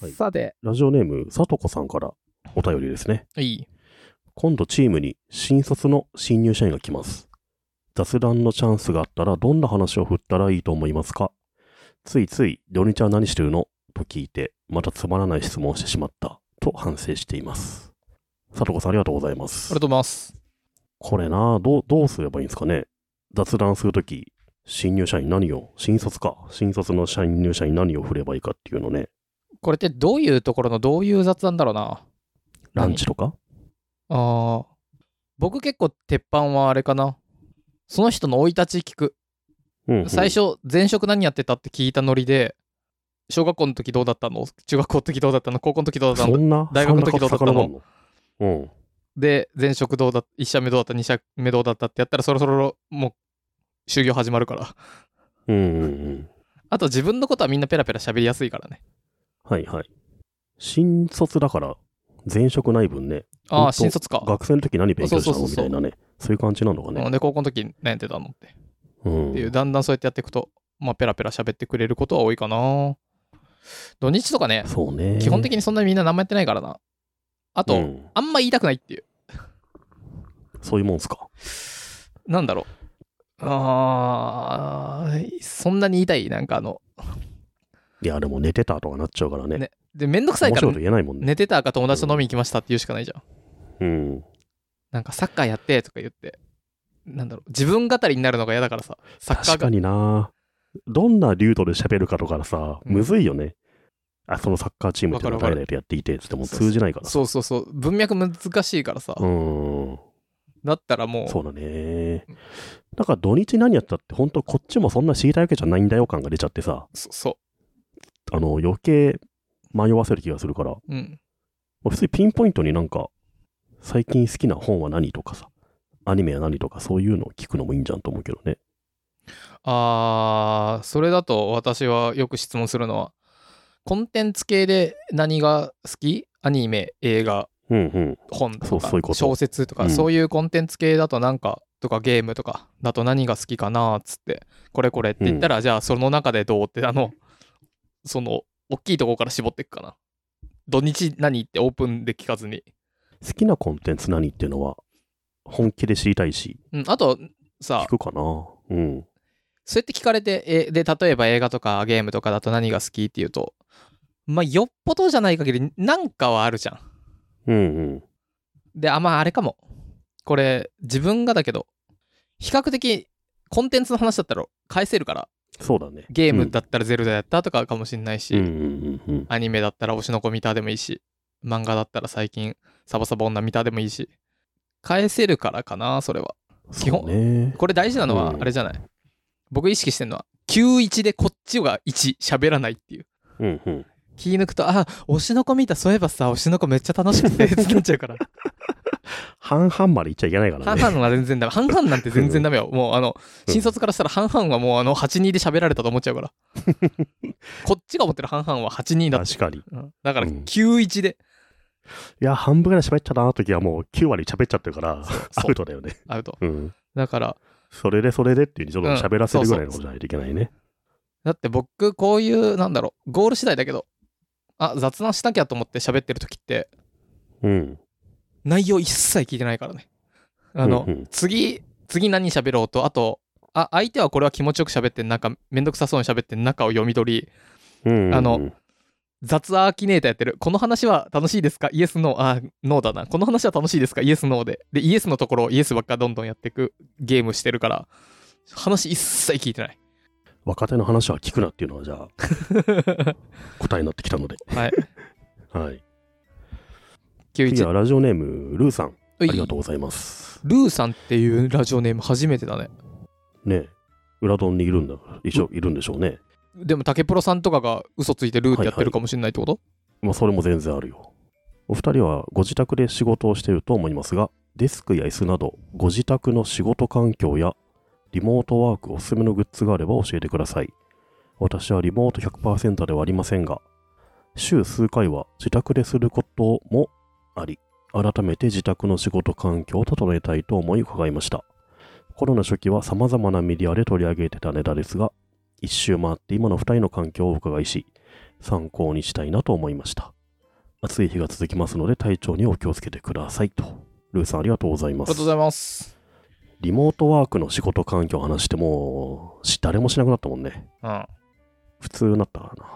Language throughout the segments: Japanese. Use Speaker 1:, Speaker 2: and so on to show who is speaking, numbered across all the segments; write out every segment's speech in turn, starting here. Speaker 1: はい
Speaker 2: さて、
Speaker 1: ラジオネーム、さとこさんからお便りですね。
Speaker 2: いい。
Speaker 1: 今度チームに新卒の新入社員が来ます。雑談のチャンスがあったらどんな話を振ったらいいと思いますかついつい土日は何してるのと聞いて、またつまらない質問をしてしまったと反省しています。さとこさんありがとうございま
Speaker 2: あ
Speaker 1: す
Speaker 2: りが。とうございます。
Speaker 1: これなどう、どうすればいいんですかね。雑談するとき、新入社員何を、新卒か、新卒の社員入社員何を振ればいいかっていうのね、
Speaker 2: これってどういうところのどういう雑談だろうな。
Speaker 1: ランチとか
Speaker 2: ああ。僕結構鉄板はあれかな。その人の生い立ち聞く。
Speaker 1: うんうん
Speaker 2: 最初、前職何やってたって聞いたノリで、小学校の時どうだったの中学校の時どうだったの高校の時どうだった
Speaker 1: そ
Speaker 2: の
Speaker 1: んな、
Speaker 2: 大学の時どうだったの
Speaker 1: そんな遡るのうん。
Speaker 2: で、前職どうだった、1社目どうだった、2社目どうだったってやったら、そろそろもう、就業始まるから。
Speaker 1: うんうんうん。
Speaker 2: あと自分のことはみんなペラペラ喋りやすいからね。
Speaker 1: はいはい。新卒だから、前職ない分ね、
Speaker 2: あ
Speaker 1: ほんと
Speaker 2: あ、新卒か。
Speaker 1: 学生の時何勉強した
Speaker 2: そう
Speaker 1: の
Speaker 2: そうそうそ
Speaker 1: みた
Speaker 2: う
Speaker 1: いなね、そういう感じなのか
Speaker 2: う
Speaker 1: ね。
Speaker 2: んで、高校の時何やってたのって。
Speaker 1: う
Speaker 2: っていう、
Speaker 1: ん。
Speaker 2: だんだんそうやってやっていくと、まあ、ペラペラ喋ってくれることは多いかな。土日とかね、
Speaker 1: そうね。
Speaker 2: 基本的
Speaker 1: に
Speaker 2: にそんなにみんな何もやってないからな。あと、
Speaker 1: うん、
Speaker 2: あんま言いたくないっていう。
Speaker 1: そういうもんすか。
Speaker 2: なんだろう。あーそんなに言いたい、なんかあの、
Speaker 1: いや、でも寝てたとかなっちゃうからね。
Speaker 2: ねで、めんどくさい
Speaker 1: 面
Speaker 2: か
Speaker 1: 白
Speaker 2: ら
Speaker 1: いこと、言えないもんね。
Speaker 2: 寝てたか友達と飲みに行きましたって言うしかないじゃん。
Speaker 1: うん。
Speaker 2: なんかサッカーやってとか言って、なんだろう、自分語りになるのが嫌だからさ、サッカ
Speaker 1: 確
Speaker 2: ーが
Speaker 1: か。になどんなルートで喋るかとかさ、
Speaker 2: うん
Speaker 1: むずいよね。あ、そのサッカーチームっていうのは
Speaker 2: わか
Speaker 1: 誰
Speaker 2: る
Speaker 1: 々とやっていて、つっても
Speaker 2: そうそう
Speaker 1: 通じないからさ。
Speaker 2: そうそうそう、文脈難しいからさ、
Speaker 1: うーん。
Speaker 2: だったらもう、
Speaker 1: そうだね。だから土日何やったって、本当こっちもそんな知りたいわけじゃないんだよ感が出ちゃってさ、
Speaker 2: そそ
Speaker 1: あの、余計迷わせる気がするから、ま
Speaker 2: う、うん、
Speaker 1: あ普通にピンポイントになんか、最近好きな本は何とかさ、アニメは何とかそういうのを聞くのもいいんじゃんと思うけどね。
Speaker 2: あーそれだと私はよく質問するのはコンテンツ系で何が好きアニメ映画
Speaker 1: うんうん。
Speaker 2: 本と
Speaker 1: そう
Speaker 2: か
Speaker 1: そういうこと
Speaker 2: 小説とか、
Speaker 1: うん
Speaker 2: そういうコンテンツ系だとなんかとかゲームとかだと何が好きかなっつってこれこれって言ったら、じゃあその中でどうってあのその大きいところから絞っていくかな土日何ってオープンで聞かずに、
Speaker 1: 好きなコンテンツ何っていうのは、本気で知りたいし、
Speaker 2: うん、あとさ
Speaker 1: 聞くかな。うん。
Speaker 2: そうやって聞かれて、えで、例えば映画とかゲームとかだと何が好きっていうと、まあ、よっぽどじゃない限り、なんかはあるじゃん。
Speaker 1: うんうん。
Speaker 2: で、あ、まあ、あれかも。これ、自分がだけど、比較的、コンテンツの話だったら返せるから、
Speaker 1: そうだね。
Speaker 2: ゲームだったらゼルダやったとかかもしんないし、
Speaker 1: うんうんうんうん。
Speaker 2: アニメだったら推しの子見たでもいいし、漫画だったら最近、サバサバ女見たでもいいし、返せるからかな、それは。基本
Speaker 1: そうね。
Speaker 2: これ大事なのは
Speaker 1: う、ん
Speaker 2: あれじゃない。僕意識してるのは、91でこっちが1、喋らないっていう。
Speaker 1: うんうん。
Speaker 2: 気抜くと、あ、推しの子見た、そういえばさ、推しの子めっちゃ楽しく て、ってなっちゃうから。
Speaker 1: 半々までいっちゃいけないから
Speaker 2: 半
Speaker 1: ね。
Speaker 2: 々は全然ダメ。半々なんて全然ダメよ。もう、あの、
Speaker 1: うん
Speaker 2: 新卒からしたら半々はもう、あの、8、2で喋られたと思っちゃ うから。こっちが思ってる半々は8、2だって。
Speaker 1: 確かに。い
Speaker 2: うんだから、
Speaker 1: うん
Speaker 2: 9、1で、
Speaker 1: や、半分ぐらい喋っちゃったな時はもう9割喋っちゃってるから、ア
Speaker 2: そう
Speaker 1: ウ、トだよね。
Speaker 2: アウト。
Speaker 1: うん。
Speaker 2: だから、
Speaker 1: それでそれでっていうふうにちょっと
Speaker 2: うん
Speaker 1: 喋らせるぐらいのことじゃないといけないね。
Speaker 2: だって僕、こういう、なんだろう、ゴール次第だけど、あ、雑談しなきゃと思って喋ってる時って、
Speaker 1: うん。
Speaker 2: 内容一切聞いてないからね。あの、
Speaker 1: うんうん
Speaker 2: 次、次何喋ろうと、あと、あ、相手はこれは気持ちよく喋ってん中、めんどくさそうに喋ってん中を読み取り、
Speaker 1: うんうん
Speaker 2: あの、雑アーキネーターやってる。この話は楽しいですかイエスノー、あ、ノーだな。この話は楽しいですかイエスノーで。で、イエスのところをイエスばっかどんどんやっていくゲームしてるから、話一切聞いて ない。
Speaker 1: 若手の話は聞くなっていうのは、じゃあ、答えになってきたので。
Speaker 2: はい。
Speaker 1: はい。 次
Speaker 2: 91。
Speaker 1: はラジオネーム、ルーさん。あ
Speaker 2: うい
Speaker 1: りがとうございます。
Speaker 2: ルーさんっていうラジオネーム初めてだね。
Speaker 1: ねえ裏ドンにいるんだ、一応いるんでしょうね。
Speaker 2: でも、竹プロさんとかが嘘ついてルーってやってるかもしれないってこと、
Speaker 1: まあ、それも全然あるよ。お二人はご自宅で仕事をしていると思いますが、デスクや椅子など、ご自宅の仕事環境やリモートワークおすすめのグッズがあれば教えてください。私はリモート100%ではありませんが、週数回は自宅ですることもあり、改めて自宅の仕事環境を整えたいと思い伺いました。コロナ初期は様々なメディアで取り上げてたネタですが、一周回って今の二人の環境をお伺いし、参考にしたいなと思いました。暑い日が続きますので体調にお気をつけてくださいと。ルーさんありがとうござい
Speaker 2: り
Speaker 1: ま
Speaker 2: がとう
Speaker 1: す
Speaker 2: ご。ざいます。
Speaker 1: リモートワークの仕事環境の話してもうし誰もしなくなったもんね。
Speaker 2: うん。
Speaker 1: 普通になったからな。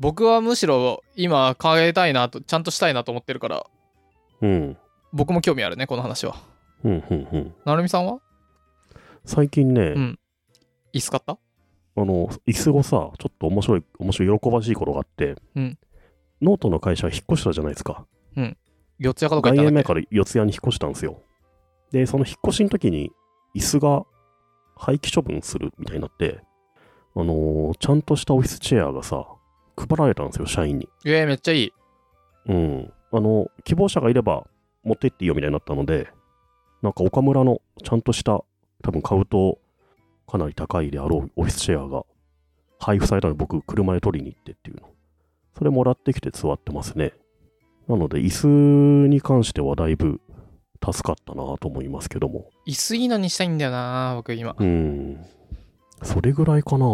Speaker 2: 僕はむしろ今変えたいなと、ちゃんとしたいなと思ってるから、
Speaker 1: うん。
Speaker 2: 僕も興味あるね、この話は。
Speaker 1: うんうんうん。
Speaker 2: なるみさんは
Speaker 1: 最近ね、
Speaker 2: うん椅子買った
Speaker 1: あの、椅子をさ、ちょっと面白い、面白い、喜ばしいことがあって、
Speaker 2: うん
Speaker 1: ノートの会社引っ越したじゃないですか。
Speaker 2: 四谷かどっか行った
Speaker 1: 外苑
Speaker 2: んだ
Speaker 1: 前
Speaker 2: っけ
Speaker 1: から四谷に引っ越したんですよ。で、その引っ越しの時に、椅子が廃棄処分するみたいになって、あのーちゃんとしたオフィスチェアがさ、配られたんですよ、社員に。
Speaker 2: えーめっちゃいい。
Speaker 1: うん。あの、希望者がいれば持ってっていいよみたいになったので、なんか岡村のちゃんとした、多分買うとかなり高いであろうオフィスチェアが配布されたので僕、車で取りに行ってっていうの。それもらってきて座ってますね。なので、椅子に関してはだいぶ助かったなと思いますけども。
Speaker 2: 椅子いいのにしたいんだよな、僕今。
Speaker 1: うん。それぐらいかな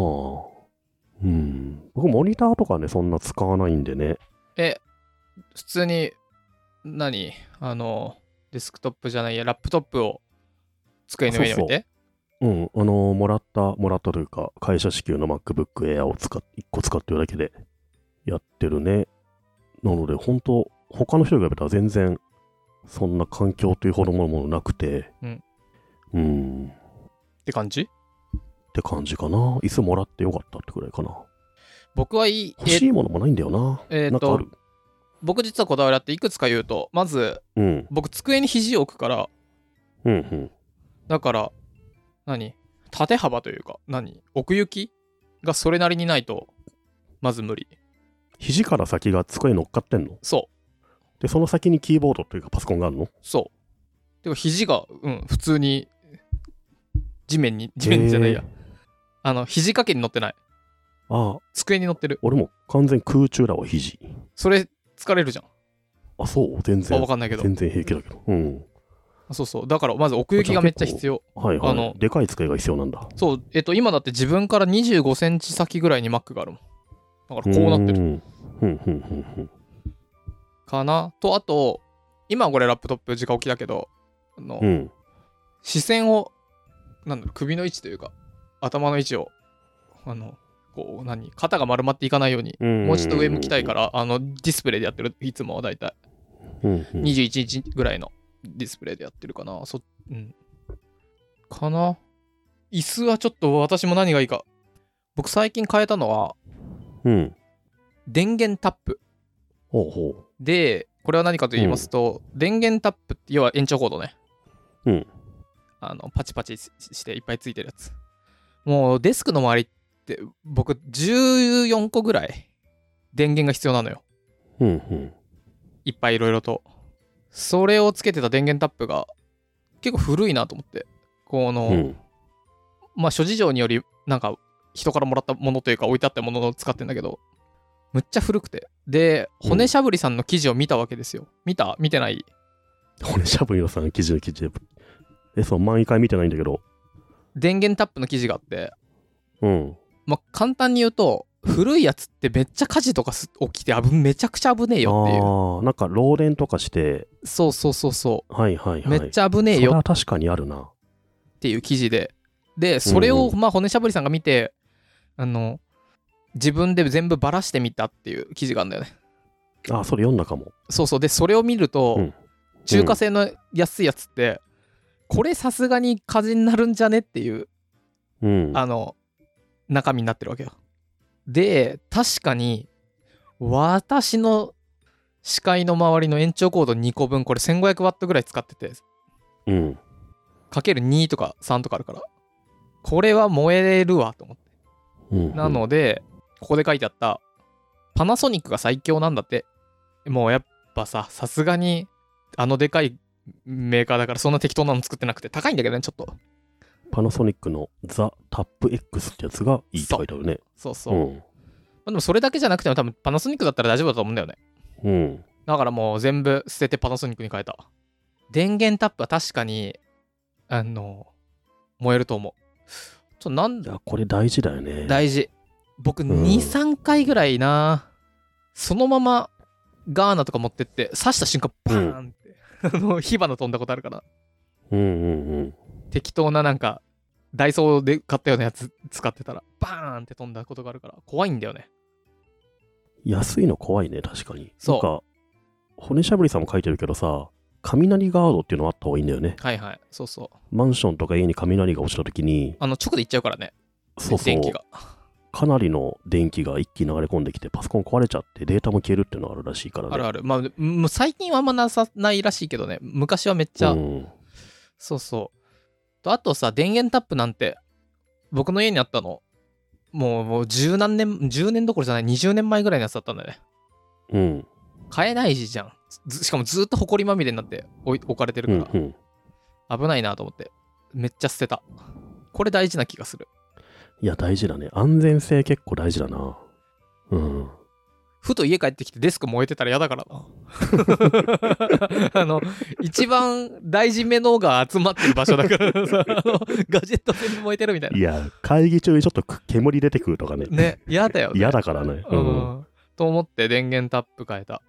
Speaker 1: うん。僕、モニターとかね、そんな使わないんでね。
Speaker 2: え、普通に、何あの、デスクトップじゃないや、ラップトップを机の上に置いて。
Speaker 1: うん、あのーもらった、もらったというか、会社支給の MacBook Air を使っ1個使ってるだけでやってるね。なので、本当他の人に比べたら全然、そんな環境というほどのものなくて、
Speaker 2: うん。
Speaker 1: うん、っ
Speaker 2: って感じ
Speaker 1: て感じかな。椅子もらってよかったってくらいかな。
Speaker 2: 僕はいい、
Speaker 1: 欲しいものもないんだよな。
Speaker 2: えーっ
Speaker 1: なんかあ
Speaker 2: と
Speaker 1: る。
Speaker 2: 僕実はこだわりあっていくつか言うとまず
Speaker 1: うん、
Speaker 2: 僕机に肘を置くから
Speaker 1: うん、うん。
Speaker 2: だから何縦幅というか何奥行きがそれなりにないとまず無理
Speaker 1: 肘から先が机に乗っかってんの
Speaker 2: そ
Speaker 1: で、その先にキーボードというかパソコンがあるの
Speaker 2: うそうでも肘がうん普通に地面に地面にじゃないや、
Speaker 1: へー
Speaker 2: あの肘掛けに乗ってない
Speaker 1: ああ、
Speaker 2: 机に乗ってる
Speaker 1: 俺も完全空中だわ、肘。
Speaker 2: それ疲れるじゃん
Speaker 1: あ、そう全
Speaker 2: あ
Speaker 1: 然
Speaker 2: 分。かんないけど
Speaker 1: 全然平気だけど。うん。
Speaker 2: そうそうだからまず奥行きがめっちゃ必要
Speaker 1: はいはい。
Speaker 2: あの
Speaker 1: でかい机が必要なんだ。
Speaker 2: そうえっと今だって自分から2 5センチ先ぐらいにマックがあるもんだからこうなってる
Speaker 1: る。ふんふんふんふん。
Speaker 2: かなとあと今はこれラップトップ直置きだけどあの、
Speaker 1: うん。
Speaker 2: 視線をなんだろう首の位置というか頭の位置をあのこう何肩が丸まっていかないように
Speaker 1: うん
Speaker 2: もうちょっと上向きたいか。らあのディスプレイでやってるいつもは大体
Speaker 1: うんうん
Speaker 2: 21日ぐらいのディスプレイでやってるかなそうんかな椅子はちょっと私も何がいいか僕最近変えたのは
Speaker 1: うん。
Speaker 2: 電源タップ
Speaker 1: ほうほ
Speaker 2: で、これは何かと言いますと、電源タップって、要は延長コードね。
Speaker 1: うん
Speaker 2: あの、パチパチししていっぱいついてるやつ。もうデスクの周りって、僕14個ぐらい電源が必要なのよ。
Speaker 1: う。うんうん。
Speaker 2: いっぱいいろいろと。それをつけてた電源タップが結構古いなと思って。この、
Speaker 1: うん。
Speaker 2: まあ諸事情により、なんか人からもらったものというか置いてあったものを使ってんだけど、むっちゃ古くて。で、骨しゃぶりさんの記事を見たわけですよ。見た見てない
Speaker 1: 俺、しゃぶりのさん、記事の記事で。え、そう、毎回見てないんだけど。
Speaker 2: 電源タップの記事があって、
Speaker 1: うん。
Speaker 2: まあ、簡単に言うと古いやつってめっちゃ火事とかす起きて危めちゃくちゃ危ねえよってい
Speaker 1: ああ、なんか、漏電とかして、
Speaker 2: うそうそうそうそ
Speaker 1: はいはいうは
Speaker 2: め
Speaker 1: い。
Speaker 2: っちゃ危ねえ
Speaker 1: それ
Speaker 2: よっ
Speaker 1: は確かにあるな。
Speaker 2: ていう記事ででそれ
Speaker 1: うん
Speaker 2: を
Speaker 1: う
Speaker 2: まあ骨しゃぶりさんが見てあの自分で全部バラしてみたっていう記事があるんだよね
Speaker 1: あ、それ読んだかも。
Speaker 2: そうそうでそれを見ると、
Speaker 1: うん
Speaker 2: 中華製の安いやつってこれさすがに火事になるんじゃねっていう
Speaker 1: うん。
Speaker 2: あの、中身になってるわけよ。で、確かに、私の視界の周りの延長コード2個分、これ1500ワットぐらい使ってて、
Speaker 1: うん。
Speaker 2: かける2とか3とかあるから、これは燃えるわと思って。
Speaker 1: うん。
Speaker 2: なので、ここで書いてあった、パナソニックが最強なんだって。もうやっぱさ、さすがに、あのでかいメーカーだから、そんな適当なの作ってなくて、高いんだけどね、ちょっと。
Speaker 1: パナソニックのザ・タップ X ってやつがいいって書いてあるね。
Speaker 2: そうそうう。ま
Speaker 1: ん。
Speaker 2: あでもそれだけじゃなくても、多分パナソニックだったら大丈夫だと思うんだよね。
Speaker 1: うん。
Speaker 2: だからもう全部捨ててパナソニックに変えた。電源タップは確かに、あの、燃えると思う。ちょっとなん
Speaker 1: いや、これ大事だよね。
Speaker 2: 大事。僕、
Speaker 1: ん
Speaker 2: 2、3回ぐらいな、そのままガーナとか持ってって刺した瞬間バーンって、 あの火花飛んだことあるから
Speaker 1: うんうんうん。
Speaker 2: 適当ななんかダイソーで買ったようなやつ使ってたらバーンって飛んだことがあるから怖いんだよね
Speaker 1: 安いの怖いね、確かに。
Speaker 2: そう
Speaker 1: なんか、骨しゃぶりさんも書いてるけどさ、雷ガードっていうのあった方がいいんだよね。
Speaker 2: はいはいそうそう
Speaker 1: マンションとか家に雷が落ちた時に、
Speaker 2: あの直で行っちゃうからね
Speaker 1: そうそ
Speaker 2: 電
Speaker 1: う
Speaker 2: 気、が
Speaker 1: かなりの電気が一気に流れ込んできて、パソコン壊れちゃってデータも消えるっていうのがあるらしいからね。
Speaker 2: あるあるまあむ最近はあんまなさないらしいけどね昔はめっちゃ、
Speaker 1: うん、
Speaker 2: そうそうとあとさ電源タップなんて僕の家にあったのもうもう十何年10年どころじゃない20年前ぐらいのやつだったんだよね
Speaker 1: うん。
Speaker 2: 買えないじゃんずしかもずっと埃まみれになって置い置かれてる
Speaker 1: う
Speaker 2: か
Speaker 1: ん
Speaker 2: ら、
Speaker 1: うん。
Speaker 2: 危ないなと思ってめっちゃ捨てたこれ大事な気がする
Speaker 1: いや、大事だね。安全性結構大事だな。うん。
Speaker 2: ふと家帰ってきてデスク燃えてたら嫌だからな あの一番大事めのが集まってる場所だから さあのガジェット全部燃えてるみたいない
Speaker 1: や、会議中にちょっとく煙出てくるとかね。
Speaker 2: ね嫌だよね
Speaker 1: 嫌だからね。
Speaker 2: う
Speaker 1: うん
Speaker 2: ん、と思って電源タップ変えた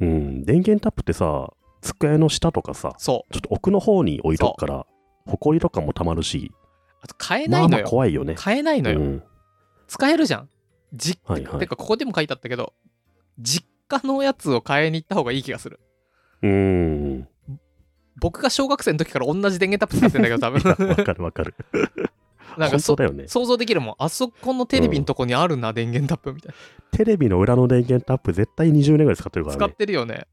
Speaker 1: うん、電源タップってさ机の下とかさ
Speaker 2: そう
Speaker 1: ちょっと奥の方に置いとくから埃とかもたまるし
Speaker 2: あと変えな
Speaker 1: ま
Speaker 2: いの
Speaker 1: あまあ
Speaker 2: よ、
Speaker 1: 怖いよね
Speaker 2: 変えないのよ、
Speaker 1: うん、
Speaker 2: 使えるじゃん実
Speaker 1: はいは
Speaker 2: て
Speaker 1: い
Speaker 2: かここでも書いてあったけど実家のやつを変えに行った方がいい気がする
Speaker 1: うん
Speaker 2: 僕が小学生の時から同じ電源タップ使ってんだけど多
Speaker 1: いや わ
Speaker 2: 分
Speaker 1: かるわかる
Speaker 2: なんか
Speaker 1: 本当
Speaker 2: そ
Speaker 1: だよね
Speaker 2: 想像できるもんあそこのテレビのとこにあるな、電源タップみたい
Speaker 1: テレビの裏の電源タップ絶対20年ぐらい使ってる
Speaker 2: な
Speaker 1: か
Speaker 2: 使
Speaker 1: ら
Speaker 2: っ
Speaker 1: ね
Speaker 2: てるよね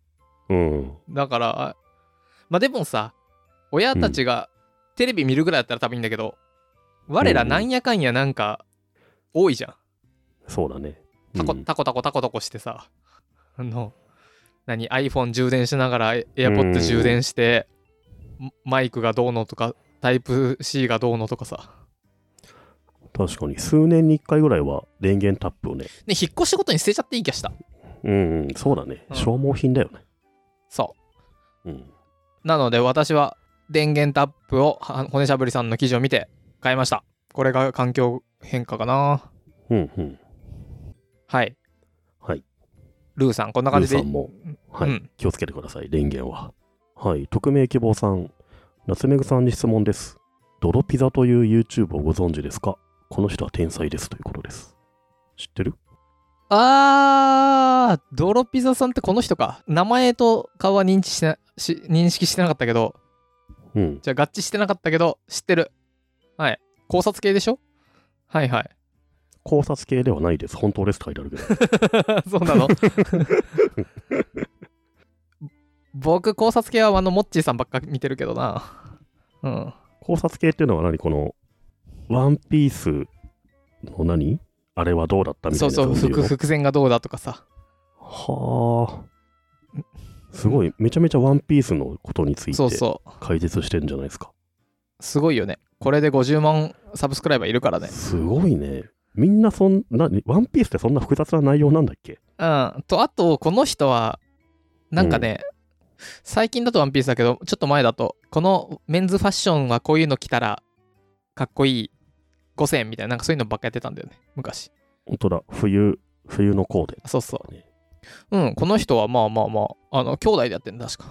Speaker 1: うん
Speaker 2: だからまあでもさ親たちがテレビ見るぐらいだったら多分いいんだけど、我らなんやかんやなんか多いじゃん
Speaker 1: そうだね
Speaker 2: タコ
Speaker 1: うん
Speaker 2: タコタコタコタコしてさ、あの、何、iPhone 充電しながら AirPods 充電して、マイクがどうのとか、タイプ C がどうのとかさ。
Speaker 1: 確かに数年に1回ぐらいは電源タップをね
Speaker 2: で、引っ越しごとに捨てちゃっていい気がした。
Speaker 1: うん、うん、そうだね、
Speaker 2: うん
Speaker 1: 消耗品だよね
Speaker 2: そ
Speaker 1: うん
Speaker 2: う。なので私は電源タップをは骨しゃぶりさんの記事を見て買いました。これが環境変化かな。
Speaker 1: うんうん
Speaker 2: はい。
Speaker 1: はい。
Speaker 2: ルーさん、こんな
Speaker 1: ル
Speaker 2: 感
Speaker 1: ー
Speaker 2: じで
Speaker 1: さ
Speaker 2: いい
Speaker 1: んもはい
Speaker 2: うん。
Speaker 1: 気をつけてください、電源は。はい、匿名希望さん、夏目ぐさんに質問です。ドロピザという YouTube をご存知ですかこの人は天才ですということです。知ってる
Speaker 2: あー、ドロピザさんってこの人か。名前と顔は認知しなし認識してなかったけど、
Speaker 1: うん。
Speaker 2: じゃあ合致してなかったけど、知ってる。はい。考察系でしょはいはい。
Speaker 1: 考察系ではないです。本当ですって書いてあるけど。
Speaker 2: そうなの 僕、考察系はあの、モッチーさんばっか見てるけどな。うん。
Speaker 1: 考察系っていうのは何この、ワンピースの何あれはどうだったみた
Speaker 2: そ
Speaker 1: いうな
Speaker 2: そう、
Speaker 1: 感じ
Speaker 2: 伏
Speaker 1: の
Speaker 2: 伏線がどうだとかさ。
Speaker 1: はあ。すごい、めちゃめちゃワンピースのことについ
Speaker 2: そう
Speaker 1: て
Speaker 2: そ
Speaker 1: 解説してるんじゃないですか。
Speaker 2: う。すごいよね。これで50万サブスクライバーいるからね。
Speaker 1: すごいね。みんなそんな、ワンピースってそんな複雑な内容なんだっけ
Speaker 2: うん。と、あと、この人は、なんかね、最近だとワンピースだけど、ちょっと前だと、このメンズファッションはこういうの着たらかっこいい5000みたいな、なんかそういうのばっかやってたんだよね、昔。
Speaker 1: 本当だ、冬、冬のコーデ。
Speaker 2: あそうそ
Speaker 1: ね
Speaker 2: う。うん、この人はまあまあまあ、あの、兄弟でやってるんだ、確か。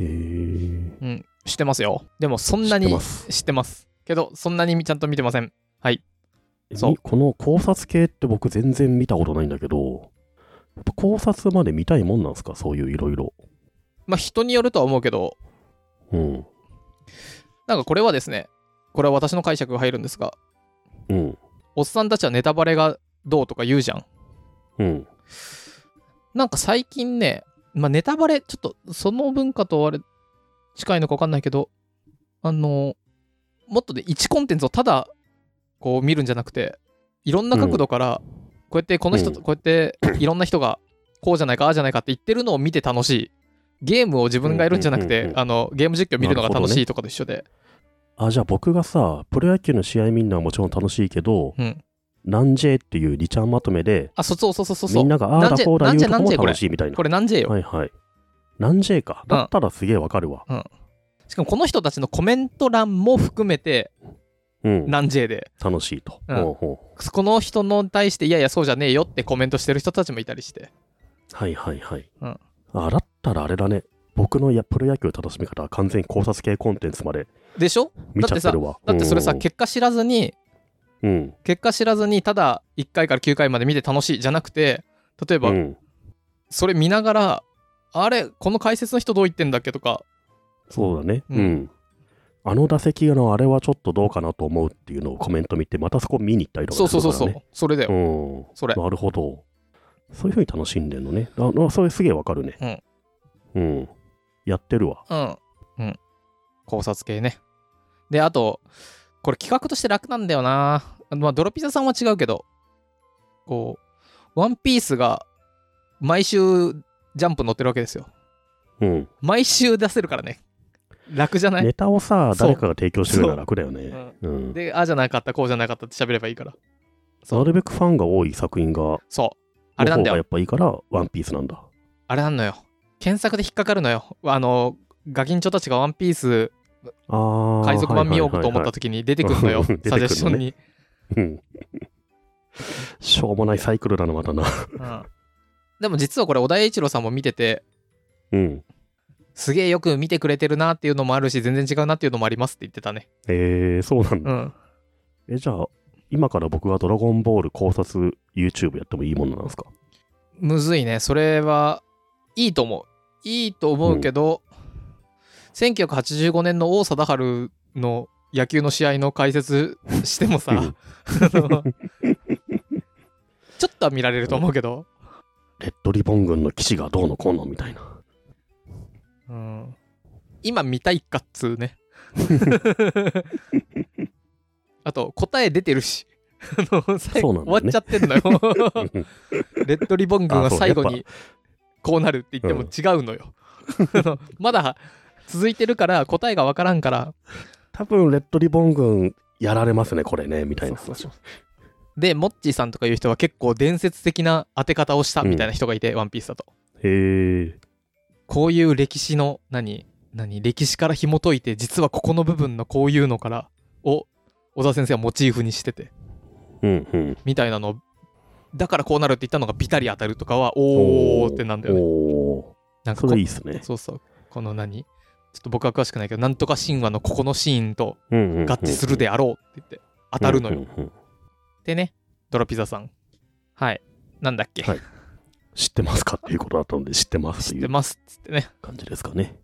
Speaker 1: へえ。
Speaker 2: うん、知ってますよ。でも、そんなに
Speaker 1: 知ってます
Speaker 2: 知ってます。けど、そんなにちゃんと見てません。そう
Speaker 1: みこの考察系って僕全然見たことないんだけど、やっぱ考察まで見たいもんなんですかそういういろいろ。
Speaker 2: まあ、人によるとは思うけど、
Speaker 1: うん。
Speaker 2: なんかこれはですね、これは私の解釈が入るんですが、
Speaker 1: うん。
Speaker 2: おっさんたちはネタバレがどうとか言うじゃん。
Speaker 1: うん。
Speaker 2: なんか最近ね、まあ、ネタバレ、ちょっとその文化とあれ近いのか分かんないけど、あの、もっとね、1コンテンツをただこう見るんじゃなくて、いろんな角度から、こうやってこの人と、
Speaker 1: うん
Speaker 2: こうやっていろんな人が、こうじゃないか、ああじゃないかって言ってるのを見て楽しい。ゲームを自分がやるんじゃなく
Speaker 1: うんうん
Speaker 2: て
Speaker 1: う、ん
Speaker 2: あの、ゲーム実況見るのが楽しいとかと一緒で。
Speaker 1: あ、じゃあ僕がさ、プロ野球の試合見るのはもちろん楽しいけど、
Speaker 2: うん。
Speaker 1: なんじえっていうリチャンまとめで、
Speaker 2: あ、そうそうそうそうそ
Speaker 1: みん
Speaker 2: う。
Speaker 1: ながああ
Speaker 2: なん
Speaker 1: だ
Speaker 2: じえ
Speaker 1: こうだ言うとこ
Speaker 2: なん
Speaker 1: も
Speaker 2: じえこれ
Speaker 1: 楽しいみたいな
Speaker 2: こ。れなんじゃよ。
Speaker 1: はいはい。なんじえか。だったらすげえわかるわ。
Speaker 2: しかもこの人たちのコメント欄も含めて、
Speaker 1: うん、
Speaker 2: 何 J で。
Speaker 1: 楽しいと。
Speaker 2: うん
Speaker 1: ほうほ
Speaker 2: この人の対して、いやいや、そうじゃねえよってコメントしてる人たちもいたりして。
Speaker 1: うはいはいはい。
Speaker 2: うん
Speaker 1: あだったらあれだね。僕のやプロ野球楽しみ方は完全に考察系コンテンツまで
Speaker 2: でしょ
Speaker 1: 見ちゃってるわ。
Speaker 2: だってそれさ、
Speaker 1: うん
Speaker 2: 結果知らずに、
Speaker 1: うん。
Speaker 2: 結果知らずに、ただ1回から9回まで見て楽しいじゃなくて、例えば
Speaker 1: う、ん
Speaker 2: それ見ながら、あれ、この解説の人どう言ってんだっけとか、
Speaker 1: そうだね。
Speaker 2: うん
Speaker 1: うん。あの打席のあれはちょっとどうかなと思うっていうのをコメント見て、またそこ見に行ったりと
Speaker 2: そう
Speaker 1: か
Speaker 2: そうそう
Speaker 1: か
Speaker 2: そ
Speaker 1: ら
Speaker 2: う
Speaker 1: ね。、
Speaker 2: それだよ、
Speaker 1: うん。
Speaker 2: それ。
Speaker 1: なるほど。そういうふうに楽しんでんのね。ああそれすげえわかるね。うん。やってるわ。
Speaker 2: うん。うん。考察系ね。で、あと、これ企画として楽なんだよな。まあ、ドロピザさんは違うけど、こう、ワンピースが毎週ジャンプ載ってるわけですよ。
Speaker 1: うん。
Speaker 2: 毎週出せるからね。楽じゃない、
Speaker 1: ネタをさ、
Speaker 2: そう
Speaker 1: 誰かが提供してくれたら楽だよ
Speaker 2: う
Speaker 1: ね。
Speaker 2: ん
Speaker 1: うん。
Speaker 2: で、ああじゃなかった、こうじゃなかったって喋ればいいから。そう
Speaker 1: なるべくファンが多い作品が、
Speaker 2: そう。あれなんだ
Speaker 1: の方がや
Speaker 2: よ。
Speaker 1: っぱいいから、ワンピースなんだ。
Speaker 2: あれなんのよ。検索で引っかかるのよ。あの、ガキンチョたちがワンピース
Speaker 1: あー
Speaker 2: 海賊版見ようと思っ
Speaker 1: はいはいはいは
Speaker 2: た
Speaker 1: い
Speaker 2: 時に出てくるのよ。
Speaker 1: 出てくる
Speaker 2: サ
Speaker 1: の
Speaker 2: ジェ
Speaker 1: ね
Speaker 2: スションに。
Speaker 1: うん。 しょうもないサイクルだな、またな。
Speaker 2: うんでも実はこれ小田栄一郎さんも見てて
Speaker 1: うん。
Speaker 2: すげえよく見てくれてるなっていうのもあるし全然違うなっていうのもありますって言ってたね
Speaker 1: えー、そうなん
Speaker 2: う
Speaker 1: だ。
Speaker 2: ん
Speaker 1: え、じゃあ、今から僕がドラゴンボール考察 YouTube やってもいいものなんですか
Speaker 2: むずいねそれはいいと思ういいと思うけど、1985年の王貞治の野球の試合の解説してもさ
Speaker 1: う
Speaker 2: あ
Speaker 1: ん
Speaker 2: のちょっとは見られると思うけど、
Speaker 1: レッドリボン軍の騎士がどうのこうのみたいな。
Speaker 2: うん、今見たいかっつう ねあと答え出てるしあの最後、
Speaker 1: そうなんだ
Speaker 2: 終
Speaker 1: よ
Speaker 2: わっ
Speaker 1: ね
Speaker 2: ちゃって んのよレッドリボン軍は
Speaker 1: あそう
Speaker 2: 最後
Speaker 1: やっ
Speaker 2: にこうなるって言っても違うのよ あのまだ続いてるから答えが分からんから
Speaker 1: 多分、レッドリボン軍やられますね、これね、みたいな。
Speaker 2: そうそうそうでモッチーさんとかいう人は結構伝説的な当て方をしたみたいな人がいて、ワンピースだと
Speaker 1: へー。
Speaker 2: こういう歴史の何何歴史から紐解いて実はここの部分のこういうのからを小田先生はモチーフにしてて
Speaker 1: うんうん。
Speaker 2: みたいなのだからこうなるって言ったのがピタリ当たるとかはおーってなんだよね
Speaker 1: おー
Speaker 2: なんか
Speaker 1: そ
Speaker 2: こ
Speaker 1: れいいっすね。
Speaker 2: そうそうこの何ちょっと僕は詳しくないけどなんとか神話のここのシーンと
Speaker 1: 合
Speaker 2: 合致するであろうって言って当たるのよ、でねドロピザさんはいなんだっけ、
Speaker 1: はい知ってますかっていうことだったので知ってます
Speaker 2: 知
Speaker 1: と
Speaker 2: っ
Speaker 1: い
Speaker 2: て
Speaker 1: う
Speaker 2: ますっつってね
Speaker 1: 感じですかね。